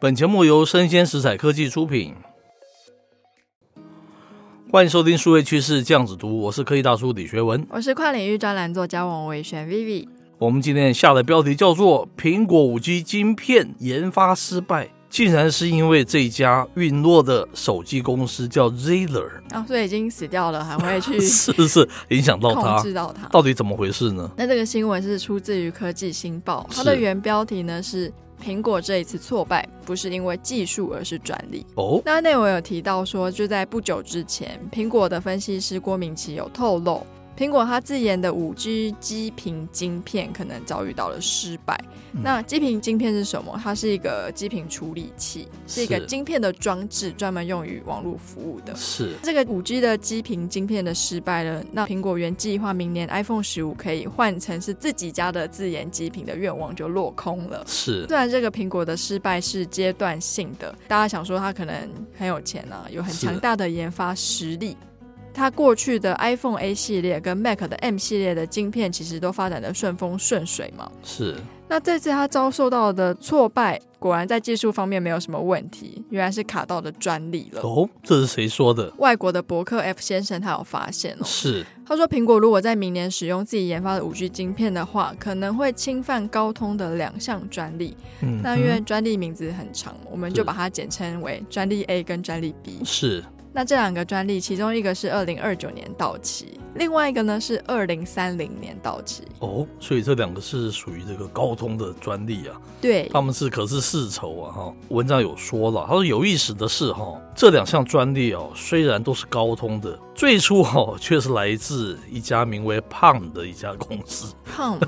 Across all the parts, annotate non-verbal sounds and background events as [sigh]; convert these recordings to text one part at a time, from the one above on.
本节目由生鲜食材科技出品，欢迎收听数位趋势酱子读，我是科技大叔李学文。我是跨领域专栏作家王维璇 Vivi。我们今天下的标题叫做“苹果五 G 晶片研发失败”，竟然是因为这家陨落的手机公司叫 Ziller，哦，所以已经死掉了，还会 [laughs] 去是不是影响到嗯控它？制到它。到底怎么回事呢？那这个新闻是出自于《科技新报》，它的是原标题呢是“苹果这一次挫败不是因为技术，而是专利”。哦，那内文有提到说，就在不久之前，苹果的分析师郭明奇有透露，苹果它自研的五 G 基频晶片可能遭遇到了失败。嗯那基频晶片是什么？它是一个基频处理器，是一个是晶片的装置，专门用于网络服务的。是这个五 G 的基频晶片的失败了，那苹果原计划明年 iPhone 十五可以换成是自己家的自研基频的愿望就落空了。是虽然这个苹果的失败是阶段性的，大家想说它可能很有钱啊，有很是强大的研发实力。它过去的 iPhone A 系列跟 Mac 的 M 系列的晶片其实都发展的顺风顺水嘛。是那这次它遭受到的挫败，果然在技术方面没有什么问题，原来是卡到的专利了。哦，这是谁说的？外国的伯克 F 先生他有发现哦，是他说苹果如果在明年使用自己研发的五 G 晶片的话，可能会侵犯高通的两项专利。嗯那因为专利名字很长，我们是就把它简称为专利 A 跟专利 B 哼。是那这两个专利，其中一个是二零二九年到期，另外一个呢是二零三零年到期。哦，所以这两个是属于这个高通的专利啊。对，他们是可是世仇啊哈。文章有说了，他说有意思的是哈，这两项专利哦，虽然都是高通的，最初哦却是来自一家名为胖的一家公司，胖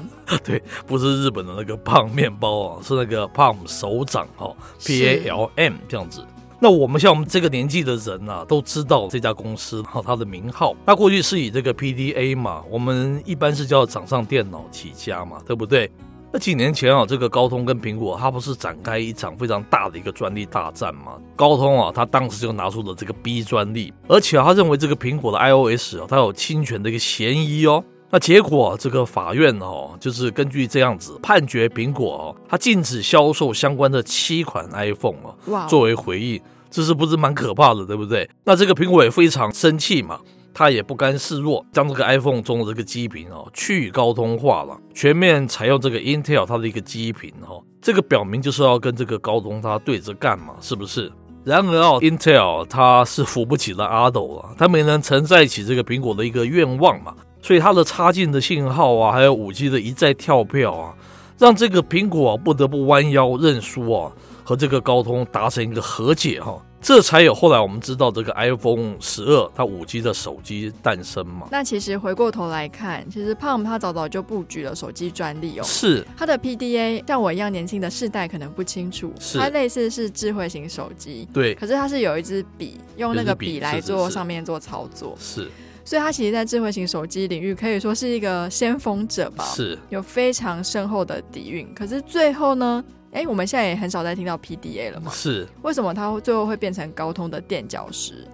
不是日本的那个胖面包哦，是那个胖手掌哦，P A 是 L M 这样子。那我们像我们这个年纪的人呐、啊，都知道这家公司哈它的名号。那过去是以这个 PDA 嘛，我们一般是叫掌上电脑起家嘛，对不对？那几年前啊，这个高通跟苹果，它不是展开一场非常大的一个专利大战吗？高通啊，它当时就拿出了这个 B 专利，而且啊，他认为这个苹果的 iOS 啊，它有侵权的一个嫌疑哦。那结果、啊、这个法院哦，就是根据这样子判决苹果哦，它禁止销售相关的七款 iPhone 哦，哇，作为回应，这是不是蛮可怕的，对不对？那这个苹果也非常生气嘛，他也不甘示弱，将这个 iPhone 中的这个基频哦去高通化了，全面采用这个 Intel 它的一个基频哦，这个表明就是要跟这个高通它对着干嘛，是不是？然而哦，Intel 它是扶不起了阿斗了，它没能承载起这个苹果的一个愿望嘛，所以它的插进的信号啊，还有五 G 的一再跳票啊，让这个苹果啊不得不弯腰认输啊，和这个高通达成一个和解哈、这才有后来我们知道这个 iPhone 十二它五 G 的手机诞生嘛。那其实回过头来看，其实 Palm 它早早就布局了手机专利哦。是它的 PDA 像我一样年轻的世代可能不清楚，是它类似是智慧型手机，对，可是它是有一支笔，用有那一支个笔笔是来是做是上面做操作，是所以它其实，在智慧型手机领域可以说是一个先锋者吧，是有非常深厚的底蕴。可是最后呢，哎，我们现在也很少再听到 PDA 了嘛？是，为什么它最后会变成高通的垫脚石？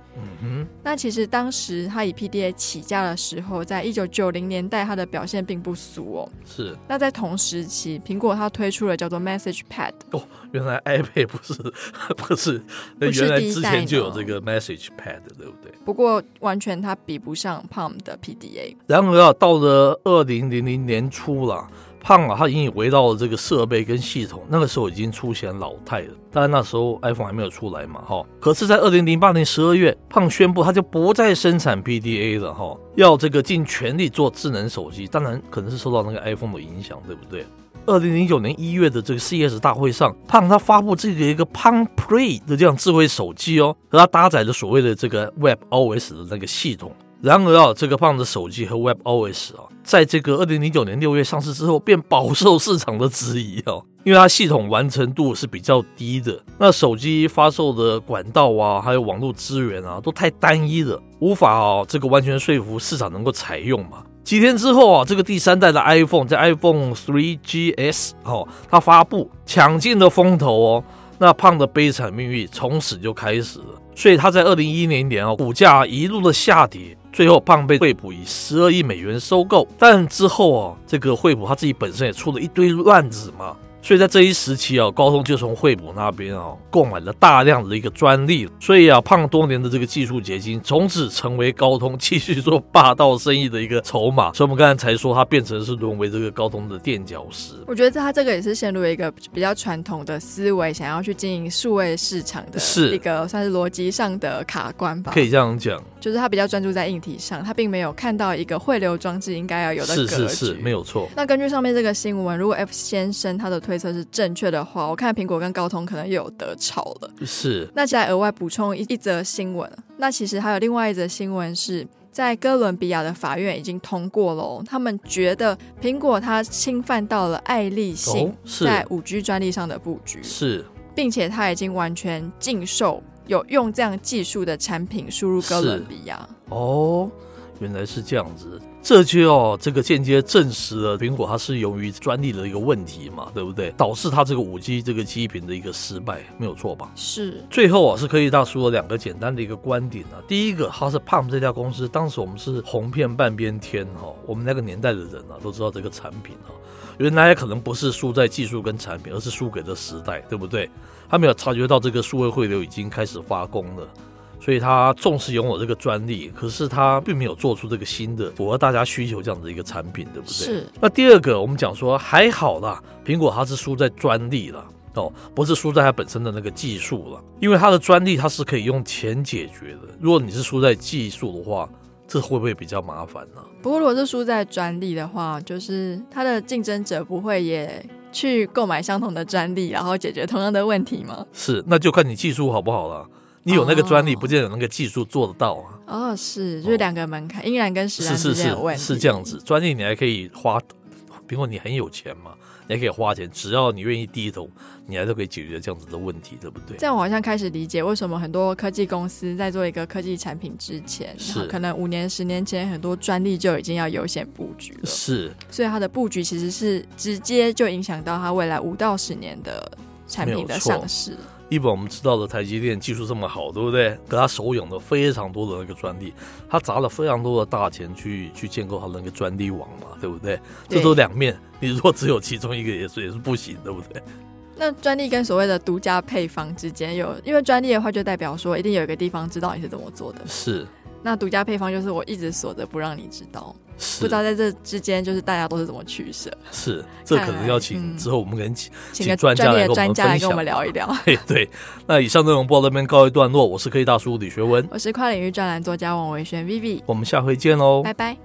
嗯那其实当时它以 PDA 起家的时候，在一九九零年代，它的表现并不俗哦。哼，是。那在同时期，苹果它推出了叫做 Message Pad，原来 iPad 不是不是，不是原来第一之代哦前就有呢这个 Message Pad，对不对？不过完全它比不上 Palm 的 PDA。然而啊，到了二零零零年初啦，胖啊，他引以为傲的这个设备跟系统，那个时候已经出现老态了。当然那时候 iPhone 还没有出来嘛，哈。可是，在二零零八年十二月，胖宣布他就不再生产 PDA 了，哈，要这个尽全力做智能手机。当然，可能是受到那个 iPhone 的影响，对不对？二零零九年一月的这个 CES 大会上，胖他发布这个一个 Palm Pre 的这样智慧手机哦，和它搭载的所谓的这个 Web OS 的那个系统。然而啊，这个胖的手机和 Web OS 啊，在这个二零零九年六月上市之后，便饱受市场的质疑哦，因为它系统完成度是比较低的，那手机发售的管道啊，还有网络资源啊，都太单一了，无法哦、这个完全说服市场能够采用嘛。几天之后啊，这个第三代的 iPhone 在 iPhone 3GS 哦，它发布抢尽了风头哦，那胖的悲惨命运从此就开始了。所以他在二零一零年啊，股价一路的下跌，最后胖被惠普以十二亿美元收购。但之后啊，这个惠普他自己本身也出了一堆乱子嘛，所以在这一时期啊，高通就从惠普那边啊购买了大量的一个专利，所以啊，胖多年的这个技术结晶，从此成为高通继续做霸道生意的一个筹码。所以我们刚才才说，它变成是沦为这个高通的垫脚石。我觉得他这个也是陷入一个比较传统的思维，想要去经营数位市场的是一个算是逻辑上的卡关吧可。以这样讲，就是他比较专注在硬体上，他并没有看到一个汇流装置应该要有的是是格是，局没有错。那根据上面这个新闻，如果 F 先生他的推测是正确的话，我看苹果跟高通可能又有得吵了。是那再额外补充一一则新闻，那其实还有另外一则新闻是。在哥伦比亚的法院已经通过了哦、他们觉得苹果它侵犯到了爱立信哦，是在五 G 专利上的布局，是并且它已经完全禁售有用这样技术的产品输入哥伦比亚。哦，原来是这样子。这就哦，这个间接证实了苹果它是由于专利的一个问题嘛，对不对？导致它这个五 G 这个基频的一个失败，没有错吧？是，最后啊，是科技大叔的两个简单的一个观点啊。第一个，他是 Palm 这家公司，当时我们是红遍半边天哈、我们那个年代的人啊，都知道这个产品啊，原来可能不是输在技术跟产品，而是输给了时代，对不对？他没有察觉到这个数位汇流已经开始发功了。所以他重视拥有这个专利，可是他并没有做出这个新的符合大家需求这样的一个产品，对不对？是那第二个，我们讲说还好啦，苹果它是输在专利了。哦，不是输在它本身的那个技术了，因为它的专利它是可以用钱解决的。如果你是输在技术的话，这会不会比较麻烦呢、不过如果是输在专利的话，就是它的竞争者不会也去购买相同的专利，然后解决同样的问题吗？是，那就看你技术好不好了。你有那个专利，哦不见得有那个技术做得到啊。哦，是，就是两个门槛，依然跟实然是之是间有问是题是这样子，专利你还可以花，苹果你很有钱嘛，你还可以花钱，只要你愿意低头，你还是可以解决这样子的问题，对不对？这样我好像开始理解为什么很多科技公司在做一个科技产品之前，是可能五年、十年前很多专利就已经要优先布局了，是，所以它的布局其实是直接就影响到它未来五到十年的产没品有的错上市。一本我们知道的台积电技术这么好，对不对？可他手涌了非常多的那个专利，他砸了非常多的大钱去去建构他的那个专利网嘛，对不对？对这都两面，你如果只有其中一个也是也是不行，对不对？那专利跟所谓的独家配方之间有，因为专利的话就代表说一定有一个地方知道你是怎么做的，是那独家配方就是我一直锁着不让你知道，不是知道在这之间就是大家都是怎么取舍，是，这可能要看来请嗯之后我们可能请请个专家利来跟的我专们家来分跟我享们聊一聊。嘿 [laughs] 对。那以上内容播到这边告一段落，我是科技大叔李学文，哦我是跨领域专栏作家王维轩 Vivi，我们下回见喽，拜拜。